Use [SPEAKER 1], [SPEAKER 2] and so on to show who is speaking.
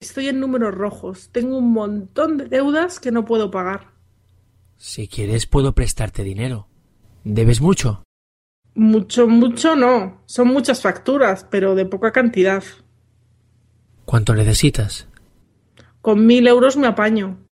[SPEAKER 1] Estoy en números rojos. Tengo un montón de deudas que no puedo pagar.
[SPEAKER 2] Si quieres puedo prestarte dinero. ¿Debes mucho?
[SPEAKER 1] Mucho, mucho no. Son muchas facturas, pero de poca cantidad.
[SPEAKER 2] ¿Cuánto necesitas?
[SPEAKER 1] Con mil euros me apaño.